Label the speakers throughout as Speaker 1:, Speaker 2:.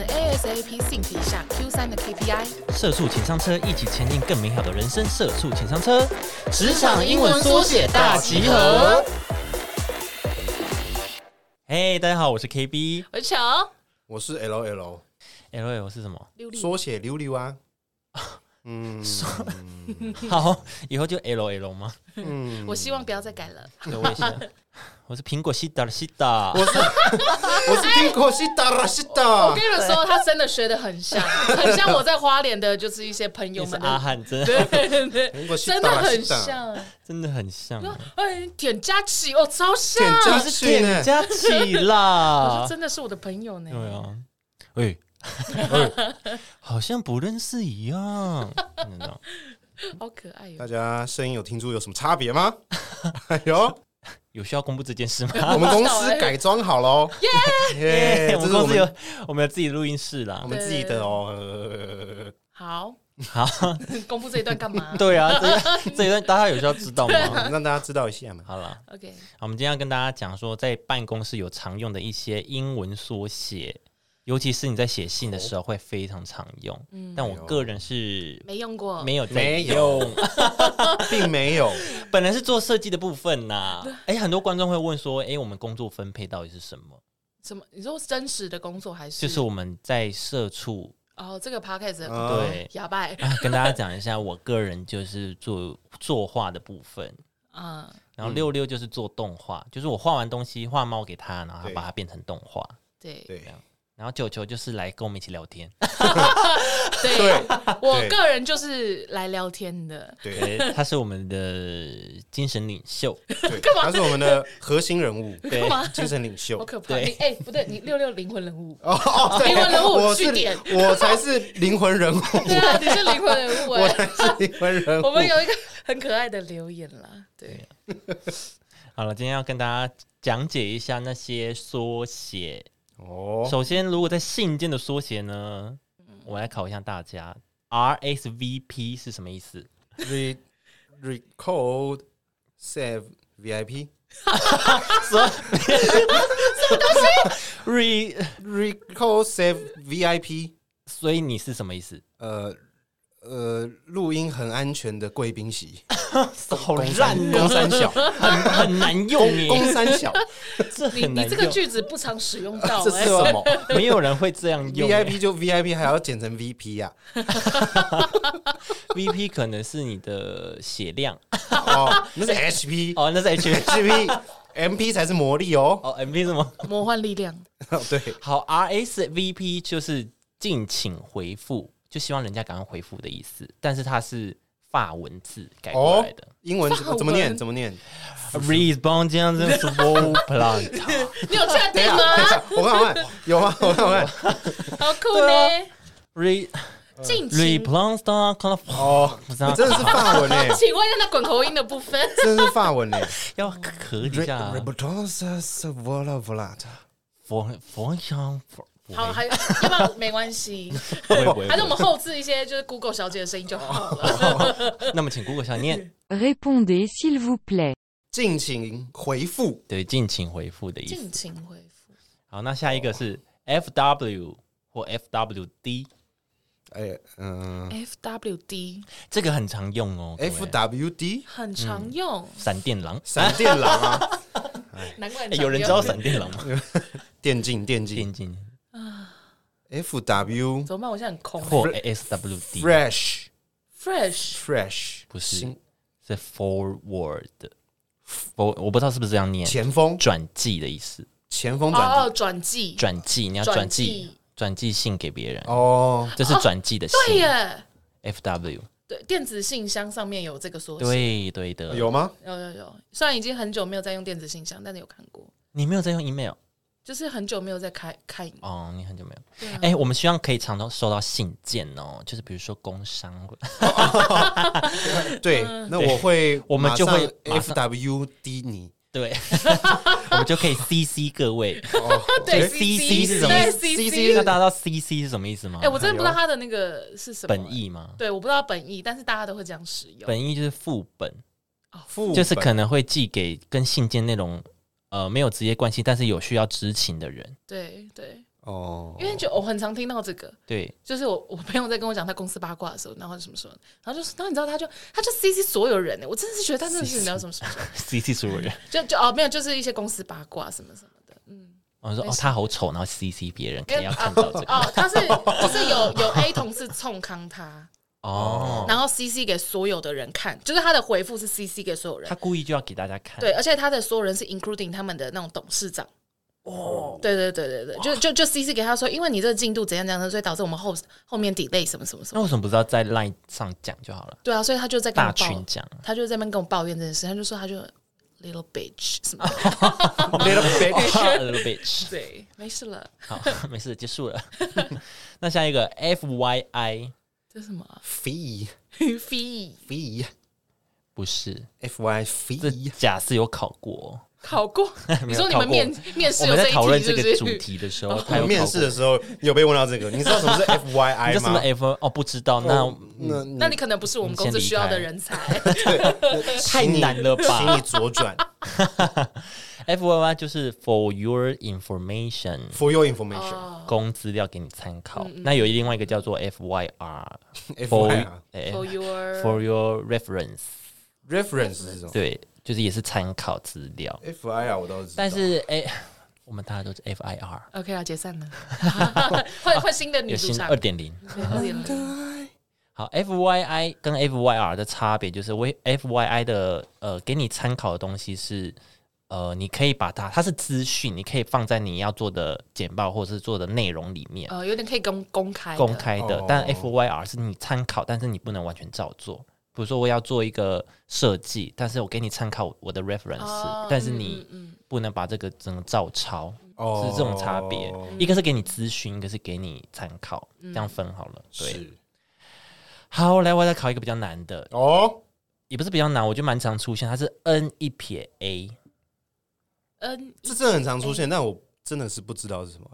Speaker 1: SAP Sync 以下 Q 三的 KPI。
Speaker 2: 社畜请上车，一起前进更美好的人生。社畜请上车，
Speaker 3: 职场英文缩写大集合。
Speaker 2: 嘿、大家好，我是 KB。
Speaker 1: 我球
Speaker 3: 我是 L L，
Speaker 2: L L 是什么？
Speaker 1: 溜溜，
Speaker 3: 缩写溜溜 啊。嗯，
Speaker 2: 好，以后就 L L 吗？
Speaker 3: 嗯
Speaker 1: 我希望不要再改了。
Speaker 2: 对，我也是。 我是苹果西达的西达，
Speaker 3: 我是我是苹果西达拉西
Speaker 1: 我
Speaker 3: 达
Speaker 1: 跟，你们说，他真的学的很像，很像我在花莲的，就是一些朋友
Speaker 2: 你是
Speaker 1: 们
Speaker 2: 阿
Speaker 1: 的，
Speaker 2: 汉，真的
Speaker 1: 对对对，
Speaker 3: 苹果西
Speaker 1: 真的
Speaker 3: 达拉
Speaker 1: 很
Speaker 3: 西达，
Speaker 1: 像。
Speaker 2: 真的很像。
Speaker 1: 哎，田佳琪哦，超像
Speaker 3: 简，
Speaker 2: 你
Speaker 3: 直
Speaker 2: 是
Speaker 1: 啊
Speaker 2: 田佳琪
Speaker 1: 我
Speaker 2: 啦
Speaker 1: 说，真的是我的朋友呢。
Speaker 2: 对啊，喂、哎好像不认识一样，你知道
Speaker 1: 好可爱哦哟
Speaker 3: 大。家声音有听出有什么差别吗？ 哎呦，
Speaker 2: 有需要公布这件事吗？
Speaker 3: 我们公司改装好喽，耶
Speaker 2: 耶
Speaker 3: 这
Speaker 2: 我们
Speaker 3: 是我
Speaker 2: 公司
Speaker 3: 们
Speaker 2: 有我们有自己录音室啦
Speaker 3: 我。们自己的哦。呃
Speaker 1: 好，
Speaker 2: 好，
Speaker 1: 公布这一段干 嘛
Speaker 2: 对啊，这这一段大家有需要知道吗？
Speaker 3: 呃让大家知道一下嘛，
Speaker 2: 啊 好了，
Speaker 1: ？OK，
Speaker 2: 我们今天要跟大家讲说，在办公室有常用的一些英文缩写，尤其是你在写信的时候会非常常用。
Speaker 1: 嗯，
Speaker 2: 但我个人是
Speaker 1: 没用过，
Speaker 2: 没有在
Speaker 3: 没有， 并没有，
Speaker 2: 本来是做设计的部分呐、哎、很多观众会问说，哎、我们工作分配到底是什么？
Speaker 1: 什么？你说真实的工作还是？
Speaker 2: 就是我们在社畜，
Speaker 1: 哦，这个 podcast
Speaker 3: 嗯
Speaker 2: 对，
Speaker 1: 哑巴欸
Speaker 2: 啊跟大家讲一下，我个人就是做作画的部分，
Speaker 1: 嗯，
Speaker 2: 然后六六就是做动画，就是我画完东西画猫给他，然后他
Speaker 3: 对
Speaker 2: 把它变成动画。
Speaker 1: 对
Speaker 3: 对，
Speaker 2: 然后九球就是来跟我们一起聊天，
Speaker 1: 对，我个人就是来聊天的，
Speaker 3: 对
Speaker 2: 对，他是我们的精神领袖，
Speaker 3: 对，他是我们的核心人物，
Speaker 2: 对，
Speaker 3: 精神领袖，
Speaker 1: 好。可怕！
Speaker 2: 对
Speaker 1: 你哎，不对，你六六灵魂人 物
Speaker 3: 哦 哦，对
Speaker 1: 灵魂人物
Speaker 3: 我
Speaker 1: 据点
Speaker 3: 是我才是灵魂人物，
Speaker 1: 对啊，你是灵魂人物
Speaker 3: 我
Speaker 1: 哎。
Speaker 3: 才是灵魂人物。
Speaker 1: 我们有一个很可爱的留言啦，对，
Speaker 2: 好了，今天要跟大家讲解一下那些缩写。
Speaker 3: 哦，
Speaker 2: 首先，如果在信件的缩写呢，我来考一下大家，RSVP 是什么意思？
Speaker 3: re record save VIP
Speaker 2: 什么 东西？Re，
Speaker 3: record save VIP，
Speaker 2: 所以你是什么意思？
Speaker 3: 呃呃，录音很安全的贵宾席，
Speaker 2: 好
Speaker 3: 公三
Speaker 2: 烂
Speaker 3: 公
Speaker 2: 哦，
Speaker 3: 三小，
Speaker 2: 很很难用耶，
Speaker 3: 公三小，
Speaker 2: 这
Speaker 1: 你
Speaker 2: 很
Speaker 1: 你
Speaker 2: 难
Speaker 1: 这个
Speaker 2: 用，哦
Speaker 1: 句子不常使用 到
Speaker 3: 这是
Speaker 1: 哎，
Speaker 3: 什么
Speaker 2: 没有人会这样 用耶。
Speaker 3: ？VIP 就 VIP，还要简成啊 VP 呀？
Speaker 2: VP 可能是你的血量
Speaker 3: 哦，那是 HP，HP
Speaker 2: 哦，那是 H
Speaker 3: MP 才是魔力哦。
Speaker 2: 哦 MP 什么？
Speaker 1: 魔幻力量，
Speaker 3: 对，
Speaker 2: 好，RSVP 就是敬请回复，就希望人家赶快回复的意思，但是它是法文字改过
Speaker 3: 哦
Speaker 2: 来的。，
Speaker 3: 英文怎么怎么
Speaker 1: 法
Speaker 3: 念？
Speaker 1: 文
Speaker 3: 怎么念？
Speaker 2: Respond 这样子 s w o plant，
Speaker 1: 你有确
Speaker 3: 等一
Speaker 1: 定
Speaker 3: 下，
Speaker 1: 吗
Speaker 3: 等一？下，我看我看有吗？我看我看。
Speaker 1: 好酷
Speaker 2: 对
Speaker 1: 呢，
Speaker 2: re
Speaker 1: 尽情。
Speaker 2: replant star c l o
Speaker 3: 哦，
Speaker 2: 不知道
Speaker 3: 你真的是 法文诶，
Speaker 1: 请问一下，那滚口音的部分，
Speaker 3: 真的是法文诶。
Speaker 2: 要咳一下
Speaker 3: r e b o t o s s v o l a v o l a t
Speaker 2: 佛佛香佛
Speaker 1: 好，还要不要没关系，
Speaker 2: 不会不会
Speaker 1: 还是我们后置一些就是 Google 小姐的声音 就好了。
Speaker 2: 那么请 Google 小念，
Speaker 4: Répondez s'il vous plaît.
Speaker 3: 敬请回复
Speaker 2: 对，敬请回复的意思。
Speaker 1: 尽情回复，
Speaker 2: 好，那下一个是 FW 或 FWD，
Speaker 3: 哎，
Speaker 1: 呃
Speaker 3: 嗯
Speaker 1: FWD
Speaker 2: 这个很常用哦。各位
Speaker 3: ，FWD
Speaker 1: 很常用，
Speaker 2: 闪电狼，
Speaker 3: 闪电 狼啊，
Speaker 1: 难怪很
Speaker 2: 哎
Speaker 1: 常
Speaker 2: 有人知道闪电狼吗？
Speaker 3: 电竞电竞
Speaker 2: 电竞
Speaker 3: ，FW
Speaker 1: 怎么办？我现在很空。
Speaker 2: 或 SWD
Speaker 3: fresh
Speaker 1: Fresh
Speaker 3: fresh
Speaker 2: 不是
Speaker 3: 新
Speaker 2: 是 forward，for 我不知道是不是这样念，
Speaker 3: 前锋
Speaker 2: 转寄的意思，
Speaker 3: 前锋转
Speaker 1: 哦，转寄
Speaker 2: 转寄你要
Speaker 1: 转
Speaker 2: 转
Speaker 1: 寄
Speaker 2: 寄转寄信给别人
Speaker 3: 地，哦，
Speaker 2: 这是转寄的
Speaker 1: 对
Speaker 2: 信。
Speaker 1: 耶，
Speaker 2: FW，
Speaker 1: 对，电子信箱上面有这个缩写，
Speaker 2: 对对
Speaker 1: 哎
Speaker 2: 的，
Speaker 3: 哦有吗？
Speaker 1: 有有有。虽然已经很久没有在用电子信箱，但是有看过，
Speaker 2: 你没有在用 email
Speaker 1: 就是很久没有在开开。
Speaker 2: 哦，你很久没有。
Speaker 1: 对啊
Speaker 2: 哎、我们希望可以常常收到信件哦，就是比如说工商，
Speaker 3: 对，
Speaker 1: 嗯
Speaker 3: 那我会
Speaker 2: 我们就会
Speaker 3: 马
Speaker 2: 马
Speaker 3: 上
Speaker 2: 上
Speaker 3: FWD 你
Speaker 2: 对，我们就可以 CC 各位。
Speaker 3: 哦，
Speaker 1: 对
Speaker 2: CC 是什么意
Speaker 1: 对
Speaker 2: 思
Speaker 1: CC
Speaker 2: 那。大家知道 CC 是什么意思吗？
Speaker 1: 哎，我真的不知道它的那个是什么
Speaker 2: 本。意吗？
Speaker 1: 对，我不知道本意，但是大家都会这样使用。
Speaker 2: 本意就是副本，
Speaker 3: 副
Speaker 2: 就是
Speaker 3: 本
Speaker 2: 可能会寄给跟信件内容呃没有直接关系，但是有需要知情的人。
Speaker 1: 对对，
Speaker 3: 哦，
Speaker 1: 因为就我很常听到这个，
Speaker 2: 对，
Speaker 1: 就是我我朋友在跟我讲他公司八卦的时候，然后什么什么，然后就是，然后你知道他就他就 CC 所有人呢、欸我真的是觉得他真的是你知道什么什么，
Speaker 2: c c 所有人，
Speaker 1: 就就哦没有，就是一些公司八卦什么什么的，嗯，
Speaker 2: 我说哦他好丑，然后 CC 别人可能
Speaker 1: 因为
Speaker 2: 要
Speaker 1: 啊
Speaker 2: 看到这个
Speaker 1: 哦他是就是有有 A 同事冲康他，
Speaker 2: 哦，
Speaker 1: 然后 CC 给所有的人看，就是他的回复是 CC 给所有人
Speaker 2: 他，故意就要给大家看，
Speaker 1: 对，而且他的所有人是 including 他们的那种董事长。哦，对对对对对，就就就 C C 给他说，因为你这个进度怎样怎样，所以导致我们后后面 delay 什么什么什
Speaker 2: 那
Speaker 1: 么。
Speaker 2: 为什么不知道在 Line 上讲就好了？
Speaker 1: 对啊，所以他就在跟
Speaker 2: 大
Speaker 1: 我抱
Speaker 2: 群 讲
Speaker 1: 他就在那边跟我抱怨这件事，他就说他就 little bitch 什么的
Speaker 2: ，little bitch，little bitch，
Speaker 1: 对，没事了，
Speaker 2: 好， 没事，结束了。 那下一个 F Y I
Speaker 1: 这是什么 啊
Speaker 3: fee
Speaker 1: ？fee
Speaker 3: fee
Speaker 2: 不是，
Speaker 3: f y
Speaker 2: 这
Speaker 3: fee
Speaker 2: 假是有考过哦。
Speaker 1: 考过？ 你说你
Speaker 2: 考
Speaker 1: 们
Speaker 2: 过
Speaker 1: 面面试
Speaker 2: 我
Speaker 1: 有
Speaker 2: 们在
Speaker 1: 一
Speaker 2: 讨论
Speaker 1: 题
Speaker 2: 这
Speaker 1: 是不
Speaker 2: 个
Speaker 1: 是哦
Speaker 2: 主题的时候，
Speaker 3: 我
Speaker 2: 他有
Speaker 3: 面试的
Speaker 2: 候，
Speaker 3: 时候有被问到这个，你知道什么 是 f y
Speaker 2: 你
Speaker 3: i
Speaker 2: 叫什么
Speaker 3: 吗？
Speaker 2: F？哦，不知道，那
Speaker 3: 那
Speaker 1: 那你可能不是我们公司需要的人 才。
Speaker 2: 太难了
Speaker 3: 请
Speaker 2: 吧
Speaker 3: 你左转。
Speaker 2: ？F Y Y 就是 For Your Information，
Speaker 3: For your information，
Speaker 1: 哦
Speaker 2: 供资料给你参考。那有另外一个叫做 F Y R。
Speaker 3: FYI
Speaker 2: 哎
Speaker 1: 嗯 For your
Speaker 2: for your reference，
Speaker 3: reference 是什么
Speaker 2: 对，就是也是参考资料。
Speaker 3: ？F I R 我倒是知道，
Speaker 2: 但是哎，我们大家都是 FIR，
Speaker 1: OK 啊，解散了， 换换新的女
Speaker 2: 有
Speaker 1: 主
Speaker 2: 新
Speaker 1: 唱
Speaker 2: 二。点零。
Speaker 1: 对二点零
Speaker 2: 好，FYI 跟 FYR 的差别就是，我 FYI 的呃，给你参考的东西是，呃，你可以把它，它是资讯，你可以放在你要做的简报或者是做的内容里面
Speaker 1: 呃，有点可以公公开的
Speaker 2: 公开的
Speaker 3: 哦。
Speaker 2: 但 FYR 是你参考，但是你不能完全照做。比如说，我要做一个设计，但是我给你参考我的 reference，
Speaker 1: 哦
Speaker 2: 但是
Speaker 1: 嗯
Speaker 2: 你
Speaker 1: 嗯
Speaker 2: 不能把这个整个照抄。
Speaker 3: 哦
Speaker 2: 是这种差别，
Speaker 1: 嗯
Speaker 2: 一个是给你咨询，一个是给你参考，这样分好了。对，
Speaker 3: 是
Speaker 2: 好，来我再考一个比较难的，
Speaker 3: 哦，
Speaker 2: 也不是比较难，我觉得蛮常出现，它是 N 一撇 A，
Speaker 1: 嗯，
Speaker 3: 这真的很常出现，但我真的是不知道是什么，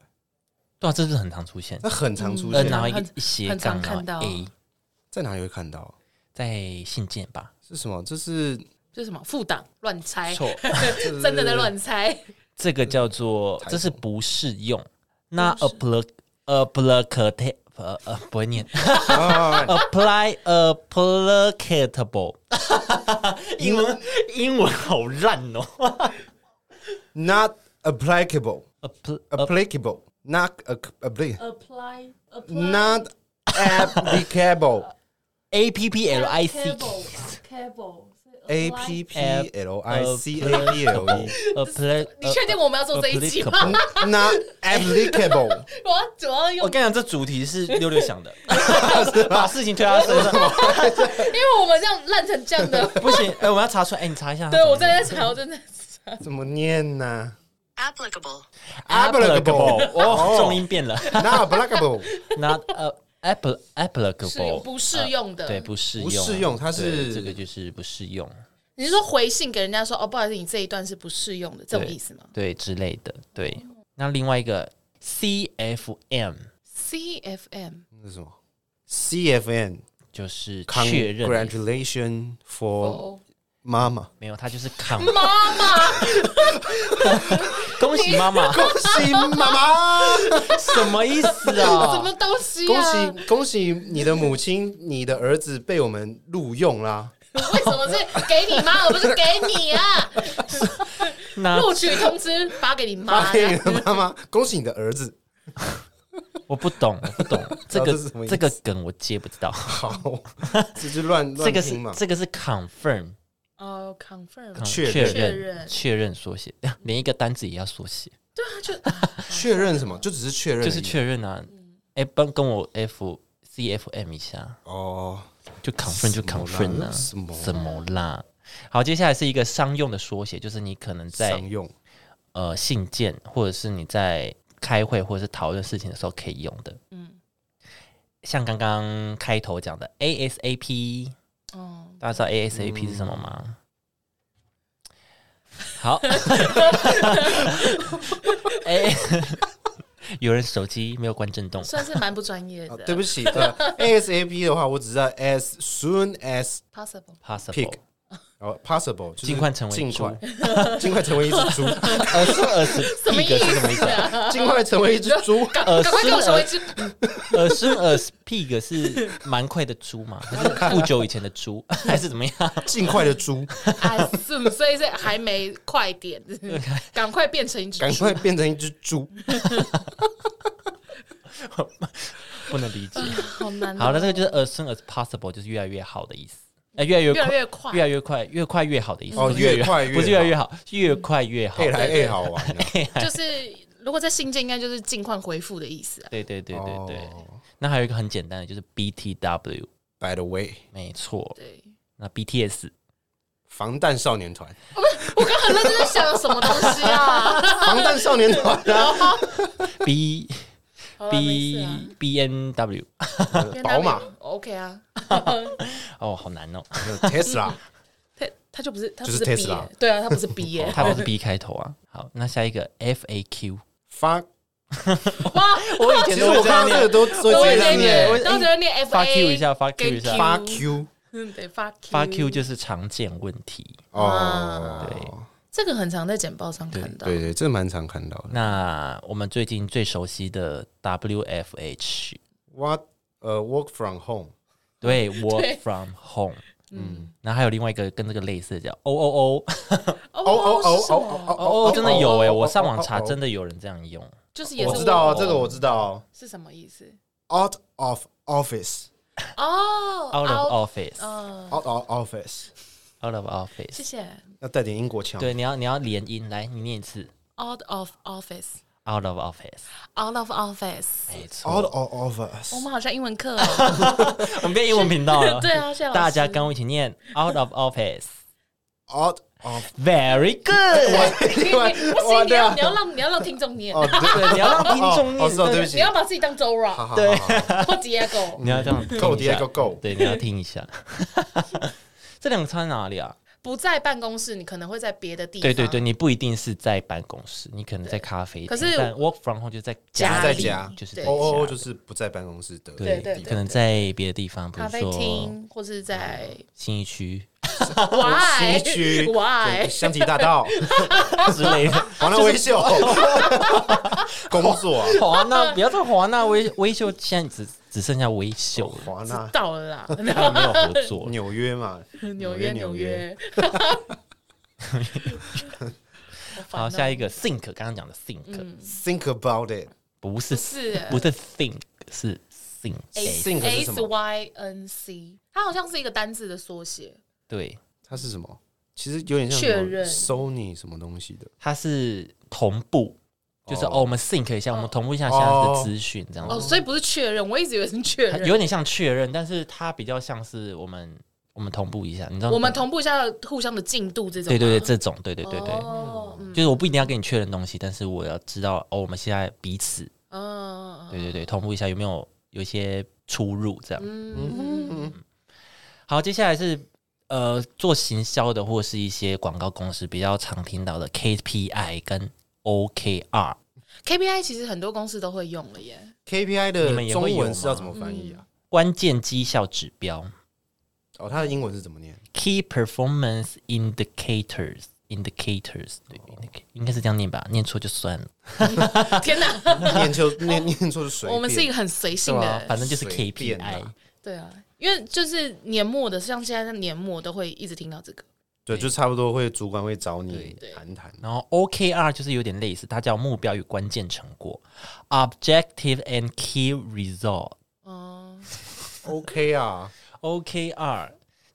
Speaker 2: 对啊，这是很常出现
Speaker 3: 那很常出
Speaker 2: ，N
Speaker 1: 嗯
Speaker 2: 然
Speaker 3: 现，
Speaker 2: 后一个
Speaker 1: 很
Speaker 2: 一斜
Speaker 1: 很
Speaker 2: 杠然
Speaker 1: 常看到
Speaker 2: 后 A，
Speaker 3: 在哪里会看到？
Speaker 2: 在信件吧，
Speaker 3: 是什么？这是
Speaker 1: 这是什么副档乱猜，
Speaker 2: 错，
Speaker 1: 真的在乱猜。
Speaker 2: 这个叫做
Speaker 3: 台
Speaker 2: 这是
Speaker 3: 风
Speaker 2: 不适用，那 apply applicate 呃呃不会念
Speaker 3: 啊，
Speaker 2: apply applicable，英文英文好烂哦
Speaker 3: not applicable
Speaker 2: ，apply
Speaker 3: applicable not applicable
Speaker 1: apply
Speaker 3: not applicable
Speaker 2: A P P L I C
Speaker 1: cable
Speaker 3: a p p l i c a b l e
Speaker 2: apply，
Speaker 1: 你确定我们要做这一集吗？
Speaker 2: applicable
Speaker 3: not applicable
Speaker 1: 我要主要用
Speaker 2: 我，跟你讲，这主题是六六 想的，把事情推到他身上，。
Speaker 1: 因为我们这样烂成这样的
Speaker 2: 不行，哎、我们要查出来，哎、你查一下，
Speaker 1: 对，我正在查，我正在查。
Speaker 3: 怎么念呢
Speaker 5: applicable,
Speaker 2: applicable，
Speaker 3: applicable
Speaker 2: 哦，重音变了
Speaker 3: ？not applicable
Speaker 2: ，not a apple
Speaker 1: 是有
Speaker 2: applicable，
Speaker 1: 不适用的。
Speaker 2: 啊对，不适用，
Speaker 3: 不适用它是
Speaker 2: 对这个就是不适用，
Speaker 1: 你是说回信给人家说哦，不好意思，你这一段是不适用的，这种
Speaker 2: 对
Speaker 1: 意思吗
Speaker 2: 对之类的，对。那另外一个 C F M
Speaker 1: ？C F M
Speaker 3: 那是什么？C F N
Speaker 2: 就是确认你，
Speaker 3: congratulation for
Speaker 1: 哦，
Speaker 3: 妈妈，
Speaker 2: 没有，它 就是 con，
Speaker 1: 妈妈，
Speaker 2: 恭喜妈妈，
Speaker 3: 恭喜妈妈，
Speaker 2: 什么意思 啊？
Speaker 1: 什么东西
Speaker 3: 恭
Speaker 1: 啊？
Speaker 3: 喜恭喜你的母亲，你的儿子被我们录用啦。
Speaker 1: 为什么是给你妈，而不是给你啊？
Speaker 2: 那
Speaker 1: 录取通知发给 你妈
Speaker 3: 发给你
Speaker 1: 呀。
Speaker 3: 的妈妈，恭喜你的儿子。
Speaker 2: 我不懂，我不懂 这
Speaker 3: 这是什么
Speaker 2: 个
Speaker 3: 意
Speaker 2: 这
Speaker 3: 思
Speaker 2: 个梗我接不 到。
Speaker 3: 好，这就乱
Speaker 2: 这
Speaker 3: 乱
Speaker 2: 个是
Speaker 3: 听嘛。
Speaker 2: 这个是 confirm 嗯
Speaker 1: 哦，confirm，
Speaker 3: 确
Speaker 2: 确
Speaker 3: 认
Speaker 2: 认确认缩写， 连一个单字也要缩写，
Speaker 3: 确认什么？就只是确认而已，
Speaker 2: 就是确认啊。哎，帮跟我 F C F M 一下，
Speaker 3: 哦。
Speaker 2: 就 confirm 就 confirm 啊，
Speaker 3: 什么啦
Speaker 2: 什么啦？好，接下来是一个商用的缩写，就是你可能在
Speaker 3: 常用
Speaker 2: 呃信件或者是你在开会或者是讨论事情的时候可以用的。嗯，像刚刚开头讲的 ASAP，
Speaker 1: 哦，
Speaker 2: 大家知道
Speaker 3: 嗯
Speaker 2: ASAP 是什么吗？ 好，A，有人手机没有关震动，
Speaker 1: 算是蛮不专业
Speaker 3: 啊
Speaker 1: 的。，
Speaker 3: 对不起，对 ASAP 的话，我只知道 as soon as
Speaker 1: possible
Speaker 2: possible
Speaker 3: Pick 然后 possible 就是
Speaker 2: 尽快成为
Speaker 3: 尽
Speaker 2: 猪
Speaker 3: 快尽快成为一只猪，
Speaker 2: 耳是耳屎，
Speaker 1: 什么
Speaker 2: pig
Speaker 1: 意
Speaker 2: 是什么意
Speaker 1: 思
Speaker 2: 思？
Speaker 1: 啊？
Speaker 3: 尽快成为一只猪。
Speaker 1: 赶
Speaker 2: 呃
Speaker 1: 赶快给我成为一只
Speaker 2: 耳生耳呃 pig 是蛮快的猪 嘛，还是不久以前的猪， 还是怎么样？
Speaker 3: 尽快的猪，
Speaker 1: 啊，是，所以是还没快点，赶快变成一只
Speaker 3: 赶
Speaker 1: 猪。
Speaker 3: 快变成一只猪。
Speaker 2: 不能理解。
Speaker 1: 好难哦。
Speaker 2: 好了，这个就是 as soon as possible，就是越来越好的意思。哎，越来越
Speaker 1: 越来
Speaker 2: 快，
Speaker 1: 越快，
Speaker 2: 越来越快，越快越好的意思。
Speaker 3: 哦
Speaker 2: 不是
Speaker 3: 越快 越
Speaker 2: 不是越来越好，是越快越好。
Speaker 3: A 来
Speaker 2: 对
Speaker 3: A 好玩 啊，
Speaker 1: 就是如果在信件应该就是尽快回复的意思啊。
Speaker 2: 对对对对对。
Speaker 3: 哦
Speaker 2: 那还有一个很简单的，就是 BTW，
Speaker 3: By the way，
Speaker 2: 没错。
Speaker 1: 对，
Speaker 2: 那 BTS
Speaker 3: 防弹少年团，
Speaker 1: 我 刚很认真在想什么东西啊。
Speaker 3: 防弹少年团啊，
Speaker 2: B
Speaker 1: 好啦没事
Speaker 2: B
Speaker 1: 啊
Speaker 2: B N W，
Speaker 1: 因为那
Speaker 3: 宝
Speaker 1: 边
Speaker 3: 马
Speaker 1: OK 啊，
Speaker 2: 哦，好难 哦，
Speaker 3: 呃 Tesla，
Speaker 1: 他他就不是他不
Speaker 3: 就是是
Speaker 1: B，
Speaker 3: Tesla
Speaker 1: 耶对啊，他不是 B 耶。
Speaker 2: 它不是 B 开头啊。好，那下一个 F A Q，
Speaker 3: 发。
Speaker 1: 哇，
Speaker 2: 我以
Speaker 3: 其
Speaker 2: 前
Speaker 3: 实
Speaker 2: 都
Speaker 3: 我
Speaker 2: 会这样
Speaker 3: 看到这个
Speaker 2: 念，
Speaker 3: 都都
Speaker 1: 我
Speaker 3: 这
Speaker 1: 也
Speaker 3: 样
Speaker 1: 在
Speaker 2: 念
Speaker 3: 耶，
Speaker 1: 念，当时念 F
Speaker 2: 发
Speaker 1: A
Speaker 2: Q 一下发 Q 一下
Speaker 1: 跟
Speaker 3: 发 Q
Speaker 1: 嗯，对，发 Q
Speaker 2: 发 Q 就是常见问题。
Speaker 1: 啊
Speaker 3: 哦，
Speaker 1: 这个很常在简报上看到。
Speaker 3: 对对，这蛮常看到的。
Speaker 2: 那我们最近最熟悉的 WFH，
Speaker 3: What 呃，work from home，
Speaker 2: 对，Work from Home。嗯，然后还有另外一个跟这个类似的叫 O O O
Speaker 1: 哦
Speaker 3: 哦哦哦
Speaker 1: 是什
Speaker 3: 哦
Speaker 1: 么
Speaker 3: 哦
Speaker 2: 哦哦，真的有哎，
Speaker 3: 哦哦
Speaker 2: 我上网查，
Speaker 3: 哦哦
Speaker 2: 真的有人这样用。
Speaker 1: 就是也是
Speaker 3: 我知道
Speaker 1: 我
Speaker 3: 啊这个我知道
Speaker 1: 是什么意思？
Speaker 3: ，out of office，out
Speaker 1: 哦
Speaker 2: Out
Speaker 1: 哦
Speaker 2: of office，out
Speaker 1: 哦，
Speaker 3: of office，
Speaker 2: of office
Speaker 1: 谢。谢。
Speaker 3: 要带点英国腔。
Speaker 2: 对，你要你要连音，来，你念一次
Speaker 1: Out of office,
Speaker 2: out of office，
Speaker 1: out of office。
Speaker 2: 没错。
Speaker 3: ，out of
Speaker 1: 我
Speaker 3: office，
Speaker 1: 们好像英文 课哦。
Speaker 2: 我们变英文频道 了。
Speaker 1: 对啊谢谢老师
Speaker 2: 大家跟我一起念 out of office。
Speaker 3: out of，
Speaker 2: Very good，
Speaker 1: 你你
Speaker 3: 外
Speaker 1: 不
Speaker 3: 哇
Speaker 1: 行，你
Speaker 3: 对
Speaker 1: 要
Speaker 3: 啊
Speaker 1: 你 要让你要让听众念，
Speaker 3: 哦，对，
Speaker 2: 你要让听众
Speaker 3: 哦哦
Speaker 2: 念
Speaker 3: 知道，对不
Speaker 1: 你
Speaker 3: 起，
Speaker 1: 要把自己当 Joe
Speaker 3: 好
Speaker 1: Rock
Speaker 3: 好好
Speaker 2: 对
Speaker 3: 好
Speaker 1: 或 Diego，
Speaker 2: 你要这样听一下
Speaker 3: Go, Diego, go
Speaker 2: 对，你要听一下。 这两个差在哪里啊？
Speaker 1: 不在办公室，你可能会在别的地方。
Speaker 2: 对对对，。你不一定是在办公室，你可能在咖啡厅，
Speaker 1: 可是
Speaker 2: 但 work from home 就在家
Speaker 1: 家
Speaker 3: 在
Speaker 1: 里
Speaker 3: 家
Speaker 2: 就是在
Speaker 1: 对
Speaker 2: 家
Speaker 3: ，O O O 就是不在办公室的，
Speaker 1: 对对
Speaker 2: 可能在别的地方，比
Speaker 1: 咖
Speaker 2: 如
Speaker 1: 啡
Speaker 2: 说
Speaker 1: 厅或是在
Speaker 2: 新一区
Speaker 1: Why
Speaker 3: 西区
Speaker 1: Why
Speaker 3: 对香堤大道，
Speaker 2: 之类 的。
Speaker 3: 华纳微秀，工作啊，
Speaker 2: 华纳，不要再华纳微微秀，现在只只剩下微秀了，
Speaker 3: 华纳
Speaker 1: 到了啦，
Speaker 2: 他们没有合作了。
Speaker 3: 纽约嘛，
Speaker 1: 纽约纽约。
Speaker 2: 好，下一个 think，刚刚讲的 think，、
Speaker 1: 嗯
Speaker 3: ，Think about it，
Speaker 2: 不是
Speaker 1: 不是
Speaker 2: 不是 think，是 think，
Speaker 1: S
Speaker 3: Sync 是什
Speaker 1: S
Speaker 3: 么
Speaker 1: Y N C，它好像是一个单字的缩写。
Speaker 2: 对，
Speaker 3: 它是什么？其实有点像
Speaker 1: 确
Speaker 3: 什么
Speaker 1: 认
Speaker 3: Sony 什么东西的，
Speaker 2: 它是同步，就是
Speaker 3: 哦
Speaker 2: 哦，我们 think 一下，我们同步一下
Speaker 3: 哦
Speaker 2: 现在的资讯，这样
Speaker 1: 哦，
Speaker 2: 子，
Speaker 1: 所以不是确认，我一直以为是确
Speaker 2: 它
Speaker 1: 认。
Speaker 2: 有点像确认，但是它比较像是我们我们同步一下，你知道吗
Speaker 1: 我们同步一下互相的进度这种。
Speaker 2: 对对对，这种对对对对，
Speaker 1: 哦，嗯
Speaker 2: 就是我不一定要跟你确认东西，但是我要知道哦，我们现在彼此
Speaker 1: 嗯
Speaker 2: 对对对同步一下有没有有一些出入这样。
Speaker 1: 嗯，
Speaker 2: 好，接下来是呃做行销的或是一些广告公司比较常听到的 KPI 跟 OKR。
Speaker 1: KPI 其实很多公司都会用了耶。
Speaker 3: KPI
Speaker 2: 你
Speaker 3: 的
Speaker 2: 们也会
Speaker 3: 中
Speaker 2: 有
Speaker 3: 文是
Speaker 2: 吗
Speaker 3: 要怎么翻译啊？
Speaker 2: 关键绩效指标
Speaker 3: 哦，它的英文是怎么念？
Speaker 2: （Key Performance Indicators）。Indicators，对，indica- 应该是这样念吧，念错就算了，啊
Speaker 1: 天哪，
Speaker 3: 念错念念错是随便。
Speaker 1: 我们是一个很随性
Speaker 3: 对啊
Speaker 1: 的，
Speaker 2: 反正就是
Speaker 3: 随便啊
Speaker 2: KPI。
Speaker 1: 对啊，因为就是年末的，像现在年末都会一直听到这个。
Speaker 3: 对，就差不多会主管会找你
Speaker 1: 对
Speaker 3: 谈谈。
Speaker 2: 然后 OKR 就是有点类似，它叫目标与关键成果 （Objective and Key Result）。
Speaker 1: 哦，
Speaker 3: OK 啊，
Speaker 2: OKR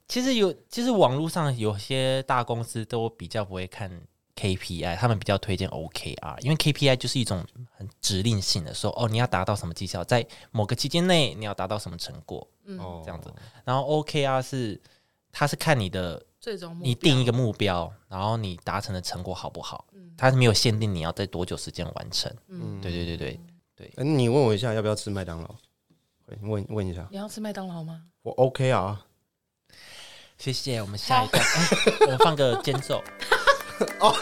Speaker 2: 其实有，其实网络上有些大公司都比较不会看 KPI，他们比较推荐 OKR，因为 KPI 就是一种很指令性的，说哦你要达到什么绩效，在某个期间内你要达到什么成果
Speaker 3: 哦，
Speaker 2: 这样子。然后 OKR 是它是看你的
Speaker 1: 最终目
Speaker 2: 你
Speaker 1: 标
Speaker 2: 定一个目标，然后你达成的成果好不好，它是没有限定你要在多久时间完成。嗯，对对对对，
Speaker 3: 嗯，你问我一下要不要吃麦当劳？你问问一下，
Speaker 1: 你要吃麦当劳吗？
Speaker 3: 我 OK 啊。
Speaker 2: 谢谢，我们下一段，哎 我放个间奏。哦，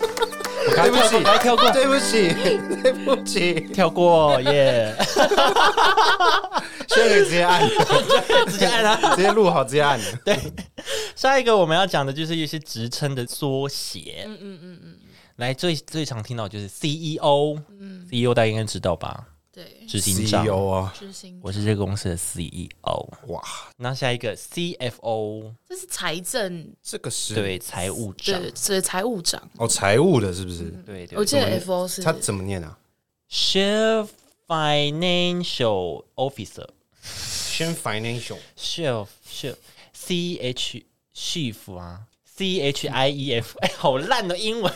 Speaker 2: 我刚赶快跳过，赶快跳过，
Speaker 3: 对不起，对不起，
Speaker 2: 跳过耶！
Speaker 3: 现在可以直接按，
Speaker 2: 直接按了。
Speaker 3: 直接啊录好，直接按。
Speaker 2: 对， 下一个我们要讲的就是一些职称的缩写。嗯嗯嗯嗯。来，最最常听到就是 CEO，嗯，CEO 大家应该知道吧？
Speaker 1: 对，
Speaker 2: 执行长
Speaker 3: CEO 啊，
Speaker 1: 知心
Speaker 2: 我是这个公司的 CEO。
Speaker 3: 哇，
Speaker 2: 那下一个 CFO，
Speaker 1: 这是财政
Speaker 3: 这个是
Speaker 2: 对，财务长，
Speaker 1: 对，是财务长。
Speaker 3: 哦，财务的是不是？
Speaker 2: 嗯对
Speaker 1: 我
Speaker 2: 对
Speaker 1: 记得 FO 是
Speaker 3: 他怎么念啊
Speaker 2: ，Chief Financial Officer。
Speaker 3: 先 financial
Speaker 2: chef chef c h chief 啊，c h i e f，哎，好烂的英 文。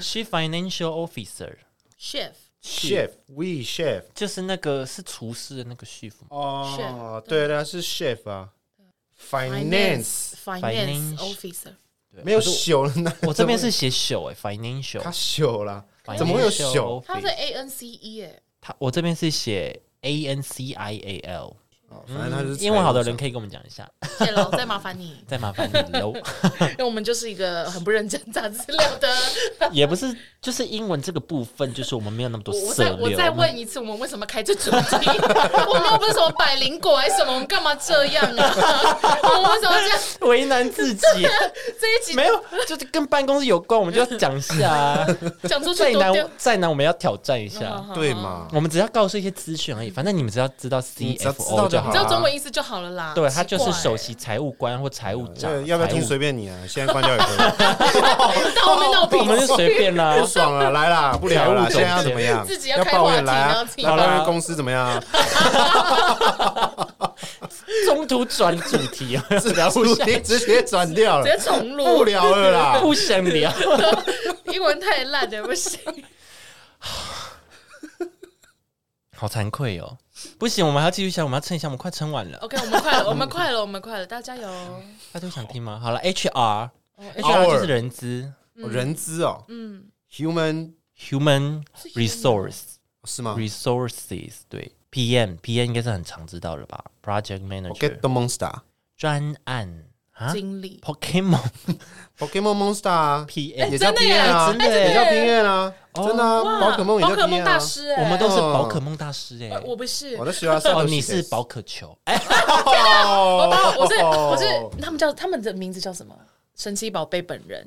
Speaker 2: chief financial officer
Speaker 1: chef
Speaker 3: chef we chef
Speaker 2: 就是那个是厨师的那个 chief 吗
Speaker 3: 哦
Speaker 1: Chef，
Speaker 3: 对的，是 chef 啊，finance
Speaker 1: finance
Speaker 2: Finance
Speaker 1: officer
Speaker 3: 没有朽了呢，
Speaker 2: 我这边是写朽哎，financial，
Speaker 3: 他朽了，
Speaker 2: financial
Speaker 3: 怎么会有朽
Speaker 2: office？
Speaker 1: 他是 A N C E 哎，
Speaker 2: 他我这边是写 a n c i a l，
Speaker 3: 哦反正他就是
Speaker 2: 嗯英文好的人
Speaker 3: 以
Speaker 2: 可以跟我们讲一下，，
Speaker 1: 谢喽，再麻烦你
Speaker 2: 再麻烦你喽。
Speaker 1: 因为我们就是一个很不认真查资料 的。
Speaker 2: 也不是，就是英文这个部分，就是我们没有那么多
Speaker 1: 我我
Speaker 2: 涉
Speaker 1: 再
Speaker 2: 猎。
Speaker 1: 我再
Speaker 2: 们
Speaker 1: 问一次，我们为什么开这主题？我们又不是什么百灵果还是什么，我们干嘛这样啊？ 我们为什么这样？
Speaker 2: 为难自 己，
Speaker 1: 这一集
Speaker 2: 没有，就是跟办公室有关，我们就要讲一下啊。
Speaker 1: 讲出去
Speaker 2: 再
Speaker 1: 多
Speaker 2: 难
Speaker 1: 丢。嗯
Speaker 2: 再难，我们要挑战一下。
Speaker 3: 对嘛？
Speaker 2: 我们只要告诉一些资讯而已，反正你们只要知道
Speaker 3: 你只要知
Speaker 2: CFO
Speaker 3: 道
Speaker 2: 就
Speaker 3: 就
Speaker 2: 好
Speaker 3: 好
Speaker 1: 你知
Speaker 2: 了。
Speaker 1: 道中文意思就好了啦。
Speaker 2: 对他就是
Speaker 1: 奇怪欸
Speaker 2: 首席财务官或财务长
Speaker 3: 要，要不要
Speaker 2: 财务
Speaker 3: 听？随便你啊，现在关掉 也可以，
Speaker 1: 但我没闹脾
Speaker 2: 我们就
Speaker 1: 气，
Speaker 2: 随便啦
Speaker 3: 不。爽了，来啦，不聊了啦，
Speaker 2: 财务总监
Speaker 3: 现在要怎么样？
Speaker 1: 自己要
Speaker 3: 要
Speaker 1: 开
Speaker 3: 抱
Speaker 1: 话
Speaker 3: 怨
Speaker 1: 题
Speaker 3: 来
Speaker 1: 然后
Speaker 3: 啊
Speaker 1: 自，己
Speaker 3: 要
Speaker 2: 好啦
Speaker 3: 抱怨公司怎么样？啊
Speaker 2: 中途转主题，哦 聊不
Speaker 3: 主
Speaker 2: 下，
Speaker 3: 题直接转掉
Speaker 1: 直
Speaker 3: 了
Speaker 1: 接，重
Speaker 3: 不
Speaker 1: 录，
Speaker 3: 聊了 啦。
Speaker 2: 不想聊。
Speaker 1: 英文太烂了，不行。
Speaker 2: 好惭愧哦，不行，我们还要继续想，我们要撑一下，我们快撑完了。
Speaker 1: OK，我们快了，我们快了，我们快了，大家加油！
Speaker 2: 大家都想听吗？好了，HR，HR
Speaker 3: ，HR
Speaker 2: 就是人资
Speaker 3: 哦人资哦，嗯，human
Speaker 2: ，Human Resource
Speaker 3: 是吗
Speaker 2: Resources，对，PM PM 应该是很常知道的吧？Project
Speaker 3: ？Get
Speaker 2: Manager
Speaker 3: the monster。
Speaker 2: 专案啊
Speaker 1: 经理，
Speaker 2: ，Pokemon。
Speaker 3: Pokemon Monster 啊
Speaker 2: P
Speaker 1: 哎
Speaker 3: 也
Speaker 2: N，
Speaker 3: 叫
Speaker 1: 真的
Speaker 3: P
Speaker 1: 耶
Speaker 3: N 啊，
Speaker 2: 真的耶
Speaker 3: 也叫 P N 啊，
Speaker 2: 哦
Speaker 3: 真的啊，
Speaker 1: 哇
Speaker 3: 宝可梦也
Speaker 1: 宝
Speaker 3: 叫
Speaker 1: 可
Speaker 3: P
Speaker 1: 梦
Speaker 3: N 啊
Speaker 1: 大。师欸，
Speaker 2: 我们都是宝可梦大师哎
Speaker 1: 呃，我不是，
Speaker 3: 我
Speaker 1: 我
Speaker 3: 在学校上
Speaker 2: 哦，
Speaker 3: 都
Speaker 2: 你
Speaker 3: 写
Speaker 2: 是宝可球哎，
Speaker 3: 哦，
Speaker 1: 我是我是，他们叫他们的名字叫什么？神奇宝贝本人，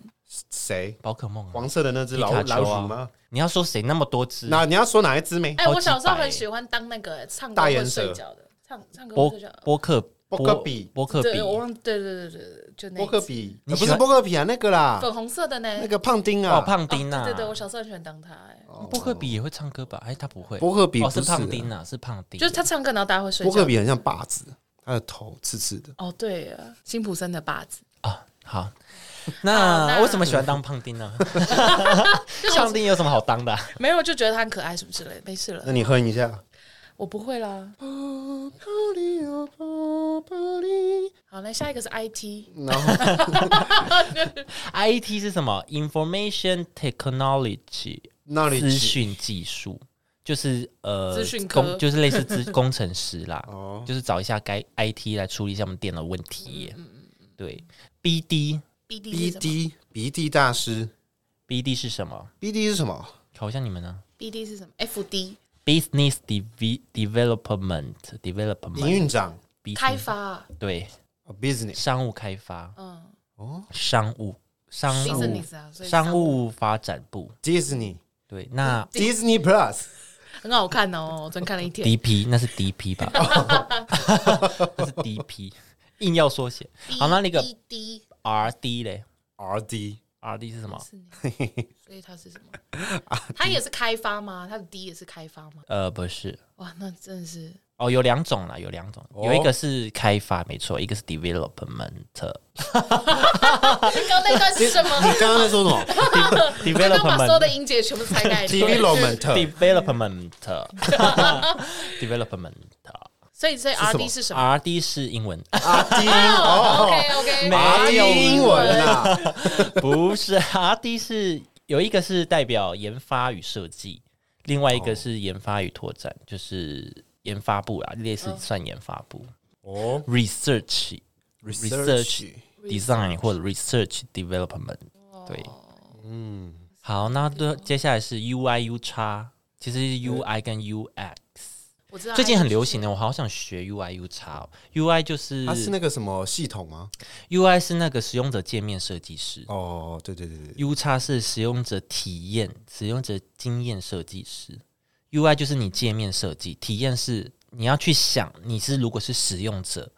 Speaker 3: 谁？
Speaker 2: 宝可梦啊
Speaker 3: 黄色的那只
Speaker 2: 皮
Speaker 3: 老
Speaker 2: 卡
Speaker 3: 老
Speaker 2: 丘
Speaker 3: 鼠吗
Speaker 2: 啊？？你要说谁那么多只？
Speaker 3: 那你要说呃哪一只没？
Speaker 1: 哎，
Speaker 2: 好几
Speaker 1: 我小时候
Speaker 2: 百欸
Speaker 1: 很喜欢当那个唱歌
Speaker 3: 大
Speaker 1: 会
Speaker 3: 眼蛇
Speaker 1: 睡觉的，唱唱歌
Speaker 2: 波
Speaker 1: 会睡觉的。
Speaker 2: 波克
Speaker 3: 波克比
Speaker 2: 波克比
Speaker 1: 对，，我忘，对对对对对，就那
Speaker 3: 波
Speaker 1: 一
Speaker 3: 克
Speaker 1: 集
Speaker 3: 比，
Speaker 2: 你
Speaker 3: 呃
Speaker 2: 喜
Speaker 3: 不是
Speaker 2: 欢
Speaker 3: 波克比啊，那个啦，
Speaker 1: 粉红色的呢，
Speaker 3: 那个胖丁啊，哦
Speaker 2: 哦，胖丁
Speaker 1: 哦
Speaker 2: 啊，
Speaker 1: 对对对，我小时候很喜欢当他，哎，
Speaker 2: 波克比也会唱歌吧？哎，他不会，
Speaker 3: 波克比
Speaker 2: 哦
Speaker 3: 不
Speaker 2: 是
Speaker 3: 是
Speaker 2: 胖丁啊，是胖丁，
Speaker 1: 就是他唱歌，然后大家会睡
Speaker 3: 波
Speaker 1: 觉
Speaker 3: 克。比很像霸子，他的头刺刺的。
Speaker 1: 哦，对啊，辛普森的靶子，
Speaker 2: 啊，好。
Speaker 1: 好
Speaker 2: 那
Speaker 1: 那
Speaker 2: 为什么喜欢当胖 丁呢？ 胖丁有什么好当的啊？
Speaker 1: 没有就觉得他很可爱什么之类的，没事了
Speaker 3: 那，你哼一下。
Speaker 1: 我不会啦。
Speaker 3: 哦
Speaker 1: 好，来下一个是 IT，
Speaker 3: 然后
Speaker 2: IT 是什么？Information Technology，
Speaker 3: 那里
Speaker 2: 资讯技术，就是呃，
Speaker 1: 资讯科
Speaker 2: 工就是类似资 工程师啦，
Speaker 3: 哦
Speaker 2: 就是找一下该 IT 来处理一下我们电脑问题。
Speaker 1: 嗯
Speaker 2: 对，BD
Speaker 1: BD 是什么
Speaker 3: BD 鼻涕大师
Speaker 2: BD 是什么？
Speaker 3: ，BD 是什么？
Speaker 2: 考一下你们呢
Speaker 1: ？BD 是什么？FD
Speaker 2: ？Business Deve- Development Development
Speaker 3: 营运长
Speaker 2: business-
Speaker 1: 开发啊，
Speaker 2: 对
Speaker 3: 哦，business
Speaker 2: 商务开发
Speaker 1: 嗯
Speaker 2: 商务商务
Speaker 1: Business 啊所以
Speaker 2: 商务发展部
Speaker 3: Disney
Speaker 2: 对那。
Speaker 3: Disney Plus
Speaker 1: 很好看哦，我昨天看了一天。
Speaker 2: DP 那是 DP 吧，那是 DP，硬要缩写。好，那那个
Speaker 1: BD
Speaker 2: R D 嘞
Speaker 3: RD
Speaker 2: ，R D 是什么？
Speaker 1: 是你，所以它 是什么？
Speaker 3: 啊
Speaker 1: 它也是开发吗？它的 D 也是开发吗？
Speaker 2: 呃，不是，
Speaker 1: 哇，那真的是
Speaker 2: 哦，有两种啦，有两种，
Speaker 3: 哦
Speaker 2: 有一个是开发，没错，一个是 development
Speaker 1: 刚刚那段是什么？
Speaker 3: 你刚刚在说什么
Speaker 1: 刚刚把所有的
Speaker 2: development
Speaker 1: 音节全部拆开，
Speaker 3: ？Development
Speaker 2: development development
Speaker 1: 所以所以
Speaker 3: 么啊
Speaker 1: R D 是什么
Speaker 2: R D 是英文，
Speaker 3: RD 哦
Speaker 1: 哦？OK OK，
Speaker 2: 没
Speaker 3: ，RD
Speaker 2: 有
Speaker 3: 英文啊，
Speaker 2: 不是 R D 是有一个是代表研发与设计，另外一
Speaker 3: 哦
Speaker 2: 个是研发与拓展，就是研发部啦，类似算研发部
Speaker 3: 哦
Speaker 2: research
Speaker 3: ，Research 哦
Speaker 2: design 或者 research development，对，嗯，好，那对接下来是 UI U 叉，其实是 UI 跟 UX
Speaker 1: 我知道
Speaker 2: 最近很流行的，我好想学 UI U 叉、哦。UI 就是、
Speaker 3: 它是那个什么系统吗？
Speaker 2: UI 是那个使用者界面设计师、
Speaker 3: 哦，对对对对，
Speaker 2: u 叉是使用者体验、使用者经验设计师，UI 就是你界面设计，体验是你要去想你是如果是使用者，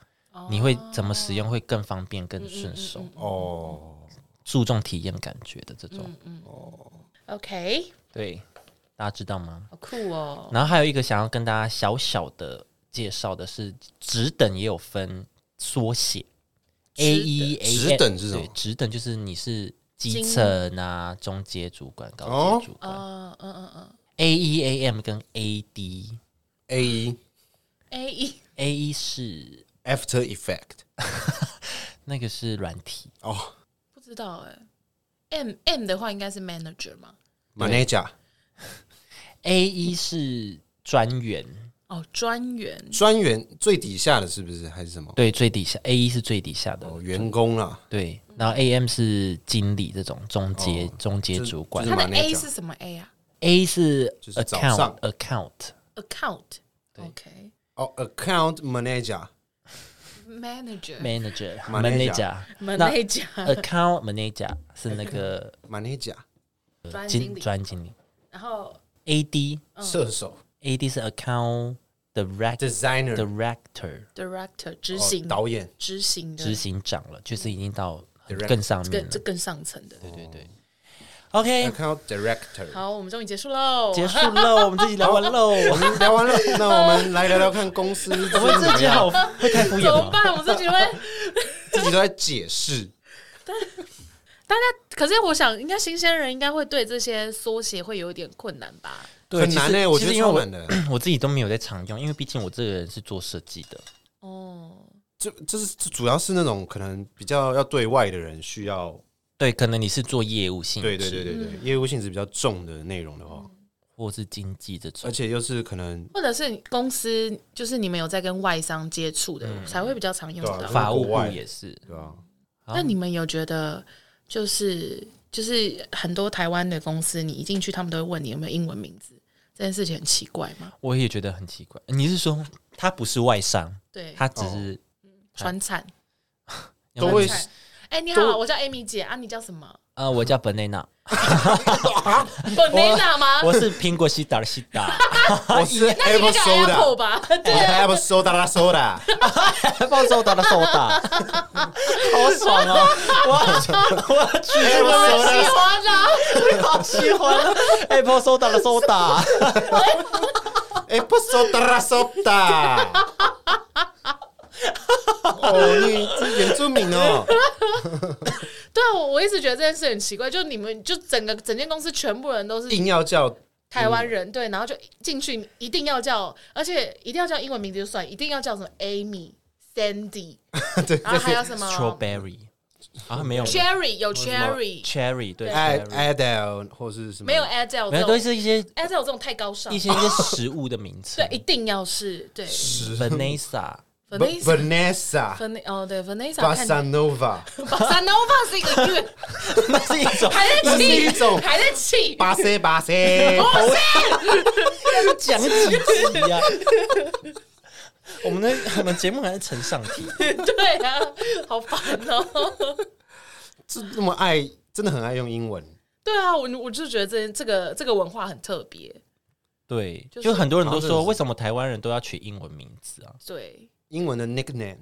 Speaker 2: 你会怎么使用会更方便、更顺手，
Speaker 3: 哦，
Speaker 2: 注重体验感觉的这种。
Speaker 1: OK，
Speaker 2: 对，大家知道吗？
Speaker 1: 好酷哦。
Speaker 2: 然后还有一个想要跟大家小小的介绍的是，职等也有分缩写，A
Speaker 1: 等
Speaker 2: E A
Speaker 3: 职等是什么
Speaker 2: 对职等就是你是基
Speaker 1: 经理
Speaker 2: 层啊、中阶主管、高
Speaker 3: 哦
Speaker 2: 阶主管、
Speaker 1: 嗯嗯嗯嗯
Speaker 2: a E A M 跟 A D。
Speaker 3: A E
Speaker 1: ，A E
Speaker 2: A E 是
Speaker 3: After Effect
Speaker 2: 那个是软体
Speaker 3: 哦
Speaker 1: 不知道哎、M M 的话应该是 manager 嘛？
Speaker 3: ，Manager
Speaker 2: ，A E 是专员，
Speaker 1: 哦，专员。
Speaker 3: 专员最底下的是不是还是什么？
Speaker 2: 对，最底下 A E 是最底下的，
Speaker 3: 哦，员工啦，
Speaker 2: 对，然后 A M 是经理这种中阶、中阶主管
Speaker 3: 哦就
Speaker 1: 他
Speaker 3: 是
Speaker 1: 的
Speaker 3: manager
Speaker 1: A 是什么 A 啊
Speaker 2: A 是
Speaker 3: 就是
Speaker 2: account
Speaker 3: 早上
Speaker 2: account，
Speaker 1: ？Account。OK。
Speaker 3: 哦，Account Manager
Speaker 1: Manager。
Speaker 2: manager
Speaker 3: Manager
Speaker 1: Manager。
Speaker 2: account manager 是那个呃
Speaker 3: Manager
Speaker 1: 专经
Speaker 2: 经
Speaker 1: 理。
Speaker 2: 专经理
Speaker 1: 然后
Speaker 2: AD
Speaker 3: 射手
Speaker 2: AD 是 account direct
Speaker 3: Designer
Speaker 2: director
Speaker 1: Director
Speaker 3: 哦
Speaker 1: 执行
Speaker 3: 导演
Speaker 1: 执行的
Speaker 2: 执行长了，就是已经到
Speaker 3: Direct
Speaker 2: 更上面
Speaker 1: 更
Speaker 2: 了
Speaker 1: 这。更上层的。
Speaker 2: 对对对，OK，
Speaker 3: Account Director。
Speaker 1: 好，我们终于结束喽。
Speaker 2: 结束喽， 我们这集聊完喽。
Speaker 3: 我们聊完了， 那我们来聊聊看公司最近怎
Speaker 2: 我们这
Speaker 3: 么
Speaker 2: 集好
Speaker 3: 样，
Speaker 2: 会太敷
Speaker 1: 怎
Speaker 2: 衍
Speaker 1: 么
Speaker 2: 了。
Speaker 1: 办？我自己会。
Speaker 3: 自己都在解释。
Speaker 1: 大家，可是我想，应该新鲜人应该会对这些缩写会有一点困难吧？
Speaker 2: 对
Speaker 3: 很
Speaker 2: 其实
Speaker 3: 难欸我
Speaker 2: 其
Speaker 3: 觉
Speaker 2: 实
Speaker 3: 得
Speaker 2: 因为
Speaker 3: 超
Speaker 2: 我
Speaker 3: 难的。
Speaker 2: 我自己都没有在常用，因为毕竟我这个人是做设计的。
Speaker 1: 哦，
Speaker 3: 这这是这主要是那种可能比较要对外的人需要，
Speaker 2: 对，可能你是做业务性质，
Speaker 3: 对对对对
Speaker 2: 嗯
Speaker 3: 对，业务性质比较重的内容的话，
Speaker 2: 或是经济这
Speaker 3: 而
Speaker 2: 种。
Speaker 3: 且又是可能
Speaker 1: 或者是公司就是你们有在跟外商接触的，才会比较常用
Speaker 3: 对
Speaker 1: 到
Speaker 3: 啊。
Speaker 2: 法务
Speaker 3: 国
Speaker 2: 部
Speaker 3: 外
Speaker 2: 也是，
Speaker 3: 对啊吧？
Speaker 1: 那你们有觉得就是就是很多台湾的公司，你一进去他们都会问你有没有英文名字，这件事情很奇怪吗？
Speaker 2: 我也觉得很奇怪。你是说他不是外商，
Speaker 1: 对，
Speaker 2: 他只是
Speaker 1: 传产。
Speaker 3: 都会
Speaker 1: 菜哎、你好，我叫 Amy 姐啊，你叫什么
Speaker 2: 呃，我叫 banana，
Speaker 1: 啊？Banana 吗？
Speaker 2: 我是苹果西达的西达，
Speaker 3: 我是
Speaker 1: 那应
Speaker 3: Apple
Speaker 1: 该叫 Apple
Speaker 3: Soda，
Speaker 1: 吧？
Speaker 3: 我是 Apple Soda 啦 Soda，
Speaker 2: 放手打的手 打，好爽哦！我我要去
Speaker 3: Apple
Speaker 1: 我
Speaker 3: Soda
Speaker 1: 喜欢啊。
Speaker 2: 好喜欢哎 Apple Soda 的 Soda，
Speaker 3: Apple Soda 啦 Soda。哦，你是原住民哦，
Speaker 1: 对啊，我我一直觉得这件事很奇怪，就你们就整个整间公司全部人都是
Speaker 3: 硬要叫
Speaker 1: 台湾人，对，然后就进去一定要叫，而且一定要叫英文名字就算，一定要叫什么 Amy、Sandy，
Speaker 3: 对
Speaker 1: 然后啊还有什么
Speaker 2: Strawberry 啊，没有
Speaker 1: Cherry，有
Speaker 2: 什么
Speaker 1: Cherry，
Speaker 2: Cherry 对
Speaker 3: Ad
Speaker 2: Cherry
Speaker 3: Adele 或是什么，
Speaker 1: 没有 Adele
Speaker 2: 没
Speaker 1: 这
Speaker 2: 有都
Speaker 1: 种
Speaker 2: 是一些
Speaker 1: ，Adele 这种太高尚
Speaker 2: 一，些一些食物的名称
Speaker 1: 对，一定要是对
Speaker 2: ，Vanessa。
Speaker 3: V-
Speaker 1: Vanessa。
Speaker 3: Vanessa
Speaker 1: Van 哦，对，Vanessa 看
Speaker 3: Bossa Nova。
Speaker 1: ，Bossa Nova 是一个乐，
Speaker 2: 那是一种，
Speaker 1: 还在
Speaker 3: 那 是一
Speaker 1: 气，
Speaker 3: 种
Speaker 1: 还在气，
Speaker 3: 巴塞 巴塞，
Speaker 1: 哦
Speaker 2: 讲几集呀、 我们的我们节目还是呈上题，
Speaker 1: 对啊，好烦哦。
Speaker 3: 这那么爱，真的很爱用英文。
Speaker 1: 对啊，我我就觉得这这个这个文化很特别，
Speaker 2: 对，
Speaker 1: 就
Speaker 2: 就是很多人都
Speaker 3: 好像
Speaker 2: 说，
Speaker 3: 是
Speaker 2: 为什么台湾人都要取英文名字啊？
Speaker 1: 对，
Speaker 3: 英文的 nickname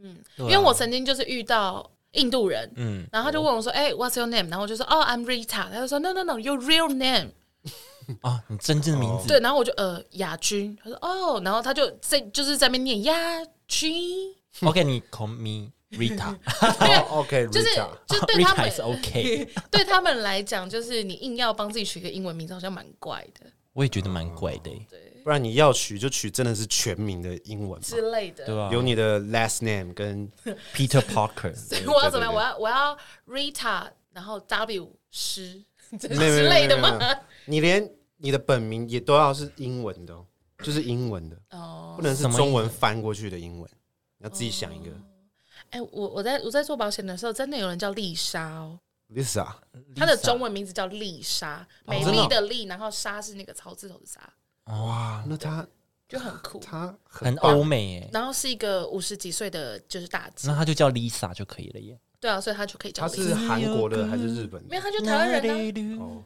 Speaker 2: 因
Speaker 1: 因为我曾经就是遇到印度人，
Speaker 2: 嗯
Speaker 1: 然后他就问我说：“哎、w h a t s your name？” 然后我就说：“哦、i m Rita。”他就说：“No, no, no, your real name。
Speaker 3: 嗯
Speaker 2: 啊，你真正的名”字
Speaker 1: 对，然后我就呃雅君，他说：“哦。”然后他就在就是在那边念雅君，
Speaker 2: ，OK，你 call me Rita，
Speaker 3: 哦，OK，
Speaker 1: 就是
Speaker 3: Rita
Speaker 1: 就对他
Speaker 2: Rita
Speaker 1: 们
Speaker 2: 是 OK，
Speaker 1: 对他们来讲，就是你硬要帮自己取一个英文名字，好像蛮怪 的
Speaker 2: 我也觉得蛮怪的欸，
Speaker 1: 啊
Speaker 3: 不然你要取就取真的是全名的英文嘛，
Speaker 1: 之类的。
Speaker 2: 对啊吧
Speaker 3: 有你的 last name 跟
Speaker 2: ？Peter Parker，
Speaker 1: 所以我要怎么样？
Speaker 3: 对
Speaker 1: 我要我要 Rita，然后 W 诗这
Speaker 3: 没有没有
Speaker 1: 之类的
Speaker 3: 没有没有没
Speaker 1: 吗？
Speaker 3: 你连你的本名也都要是英文的哦，就是英文的，
Speaker 1: 哦，
Speaker 3: 不能是
Speaker 2: 什么
Speaker 3: 中文翻过去的英文，你要自己想一个。
Speaker 1: 哎、我我在我在做保险的时候，真的有人叫丽莎哦，
Speaker 3: Lisa，
Speaker 1: 她的中文名字叫丽莎，美
Speaker 2: 真的
Speaker 1: 丽
Speaker 2: 哦
Speaker 1: 的丽，然后莎是那个草字头的莎，
Speaker 2: 哇，
Speaker 3: 那他
Speaker 1: 就很酷。
Speaker 3: 他
Speaker 2: 很欧美耶，
Speaker 1: 然后是一个五十几岁的，就是大姐
Speaker 2: 那，他就叫 Lisa 就可以了耶。
Speaker 1: 对啊，所以她就可以叫
Speaker 3: 他
Speaker 1: 丽
Speaker 3: 是
Speaker 1: 莎。
Speaker 3: 韩国的还是日本
Speaker 1: 没
Speaker 3: 的
Speaker 1: 有，？她就台湾人啊呢、
Speaker 3: 哦，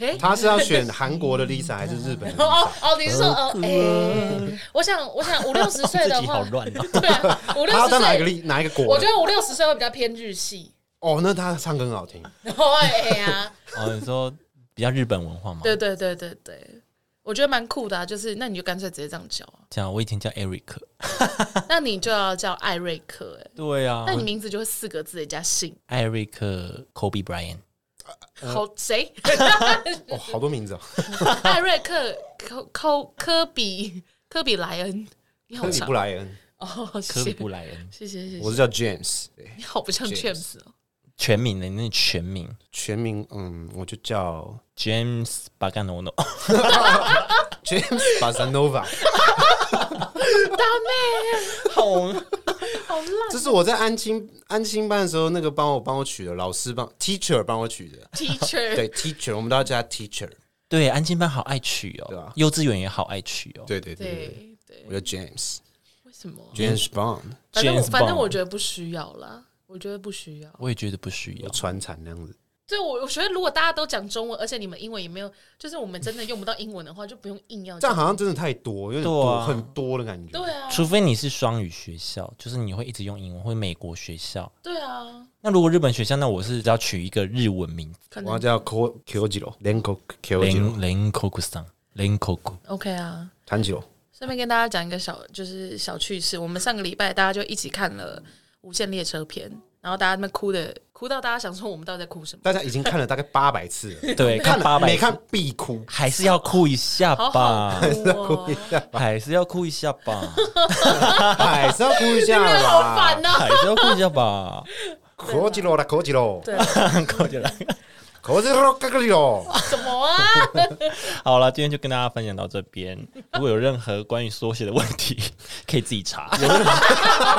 Speaker 1: 诶
Speaker 3: 他是要选韩国的 Lisa 还是日本的
Speaker 1: 哦
Speaker 3: Lisa？
Speaker 1: 哦，你是说哦？哎、我想，我想五六十岁
Speaker 2: 自
Speaker 1: 的
Speaker 2: 己好
Speaker 1: 话，
Speaker 2: 乱啊！
Speaker 1: 对啊，五
Speaker 3: 他
Speaker 1: 六
Speaker 3: 要
Speaker 1: 十
Speaker 3: 当哪一个
Speaker 1: 岁，
Speaker 3: 力哪一个国的？
Speaker 1: 我觉得五六十岁会比较偏日系。
Speaker 3: 哦，那他唱歌很好听。
Speaker 1: 然后哎呀，
Speaker 2: 哦，你说比较日本文化嘛？
Speaker 1: 对对对对对，我觉得蛮酷的啊。就是那你就干脆直接这样叫啊，
Speaker 2: 这样我以前叫 Eric。
Speaker 1: 那你就要叫艾瑞克哎、
Speaker 2: 对啊
Speaker 1: 那你名字就会四个字加姓，
Speaker 2: ，Eric Kobe Bryant。
Speaker 1: 好谁？
Speaker 3: 哦，好多名字哦，
Speaker 1: 艾瑞克科科科比科比莱恩，你好
Speaker 3: 科比
Speaker 1: 长
Speaker 3: 布莱恩，
Speaker 1: 哦，
Speaker 2: 科
Speaker 1: 谢
Speaker 2: 比
Speaker 1: 谢
Speaker 2: 布莱恩，
Speaker 1: 谢谢谢
Speaker 3: 我
Speaker 1: 谢，
Speaker 3: 是叫 James，对
Speaker 1: 你好不像
Speaker 3: James
Speaker 1: James 哦，
Speaker 2: 全名的那是全名
Speaker 3: 全名嗯，我就叫
Speaker 2: James Baganono。
Speaker 3: James Basanova。
Speaker 2: 好，
Speaker 3: 这是我在安亲安亲班的时候，那个帮我帮我取的老师帮 teacher 帮我取 的，
Speaker 1: teacher
Speaker 3: 对 teacher，我们都要叫他 teacher。
Speaker 2: 对，安静班好爱取
Speaker 3: 对啊
Speaker 2: 哦，幼稚园也好爱取哦。
Speaker 3: 对对对对对，
Speaker 1: 对对，
Speaker 3: 我叫 James
Speaker 1: 为什么？
Speaker 3: James Bond，
Speaker 1: 反正我
Speaker 2: James
Speaker 1: 反正
Speaker 2: Bond
Speaker 1: 我觉得不需要啦，我觉得不需要。
Speaker 2: 我也觉得不需要
Speaker 3: 有。传产那样子。
Speaker 1: 对，我我觉得如果大家都讲中文，而且你们英文也没有，就是我们真的用不到英文的话，就不用硬要
Speaker 3: 这
Speaker 1: 讲。
Speaker 3: 样好像真的太多，有点多、
Speaker 2: 对啊
Speaker 3: 很多的感觉。
Speaker 1: 对啊，
Speaker 2: 除非你是双语学校，就是你会一直用英文，或美国学校。
Speaker 1: 对啊，
Speaker 2: 那如果日本学校，那我是只要取一个日文名字，
Speaker 1: 可
Speaker 3: 我要
Speaker 1: 能
Speaker 3: 叫 Ko Kyojiro Lenko
Speaker 2: 林
Speaker 3: Kyojiro
Speaker 2: 林 Koku 桑，林 Koku。
Speaker 1: OK 啊。
Speaker 3: 谭九，
Speaker 1: 顺便跟大家讲一个小，就是小趣事。我们上个礼拜大家就一起看了《无限列车篇》，然后大家那边哭的哭到大家想说我们到底在哭什么，
Speaker 3: 大家已经看了大概八百次了，
Speaker 2: 对，看八
Speaker 3: 了
Speaker 2: 百
Speaker 3: 每看必 哭。
Speaker 2: 还是要哭一下
Speaker 1: 好好
Speaker 2: 吧，
Speaker 1: 哭哦，
Speaker 2: 还是要哭一下吧，
Speaker 3: 还哎是要哭一下
Speaker 1: 真的好
Speaker 3: 啦
Speaker 1: 烦。啊呐、
Speaker 2: 还是要哭一下吧。
Speaker 3: Kyojiro 啦，Kyojiro，
Speaker 1: 对，
Speaker 2: 哭起来。
Speaker 3: Kyojiro Kyojiro。
Speaker 1: 什么啊？
Speaker 2: 好了，今天就跟大家分享到这边。 如果有任何关于缩写的问题， 可以自己查。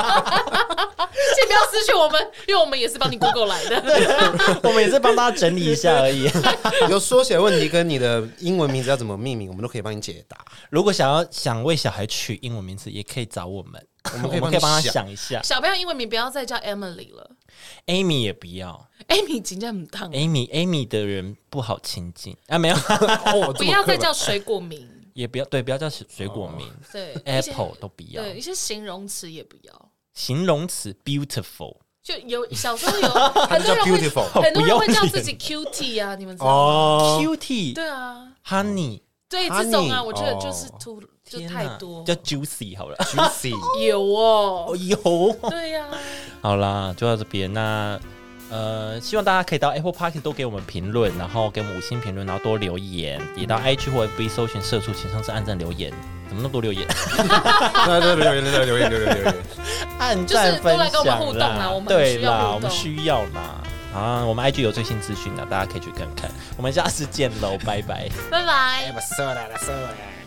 Speaker 1: 请不要失去我们，因为我们也是帮你 Google 来的。
Speaker 2: 我们也是帮大家整理一下而已。
Speaker 3: 有缩写问题跟你的英文名字要怎么命名，我们都可以帮你解答。
Speaker 2: 如果想要想为小孩取英文名字，也可以找我们，我
Speaker 3: 们可以
Speaker 2: 们可以
Speaker 3: 帮
Speaker 2: 帮
Speaker 3: 你
Speaker 2: 他
Speaker 3: 想
Speaker 2: 想一下。
Speaker 1: 小朋友英文名不要再叫 Emily 了
Speaker 2: Amy 也不要
Speaker 1: ，Amy 真的很烫，
Speaker 3: 哎
Speaker 2: ，Amy Amy 的人不好亲近啊，没有，
Speaker 3: 哦，
Speaker 1: 不
Speaker 3: 这么
Speaker 1: 要再
Speaker 3: 刻板
Speaker 1: 叫水果名。
Speaker 2: 也不要对，不要叫水水果名、
Speaker 1: 对
Speaker 2: a p p l e 都不
Speaker 1: 一些
Speaker 2: 要。
Speaker 1: 对一些形容词也不要。
Speaker 2: 形容词 beautiful，
Speaker 1: 就有小时候有很多人会
Speaker 3: 叫 beautiful
Speaker 1: 很多人会
Speaker 2: 不要
Speaker 1: 叫
Speaker 2: 脸
Speaker 1: 自己 cutie 啊，你们知道吗？
Speaker 3: 哦，
Speaker 2: cutie，
Speaker 1: 对啊，
Speaker 2: honey，
Speaker 1: 对
Speaker 3: Honey，
Speaker 1: 这种啊，我觉得就是
Speaker 3: 哦
Speaker 1: too 就
Speaker 2: 天
Speaker 1: 太
Speaker 2: 哪
Speaker 1: 多
Speaker 2: 叫 juicy 好了。
Speaker 3: juicy，
Speaker 1: 有
Speaker 2: 哦
Speaker 1: 哦，
Speaker 2: 有，
Speaker 1: 对呀，
Speaker 2: 好啦，就到这边。那呃，希望大家可以到 Apple Park 多给我们评论，然后给我们五星评论，然后多留言，也
Speaker 1: 嗯
Speaker 2: 到 IG 或 FB 搜寻“社畜请上次按赞留言”，怎么那么多留言？
Speaker 3: 对对对对对留言留言留言，
Speaker 2: 按
Speaker 1: 就是
Speaker 2: 赞
Speaker 1: 多
Speaker 2: 分
Speaker 1: 来跟我们互
Speaker 2: 享
Speaker 1: 动啊
Speaker 2: 啦，
Speaker 1: 啦我们
Speaker 2: 对
Speaker 1: 需要互
Speaker 2: 啦，
Speaker 1: 动
Speaker 2: 我们需要啦。啊，我们 IG 有最新资讯啦，大家可以去看看。我们下次见喽，拜拜。
Speaker 1: 拜拜
Speaker 3: 哎，。把色来了色来。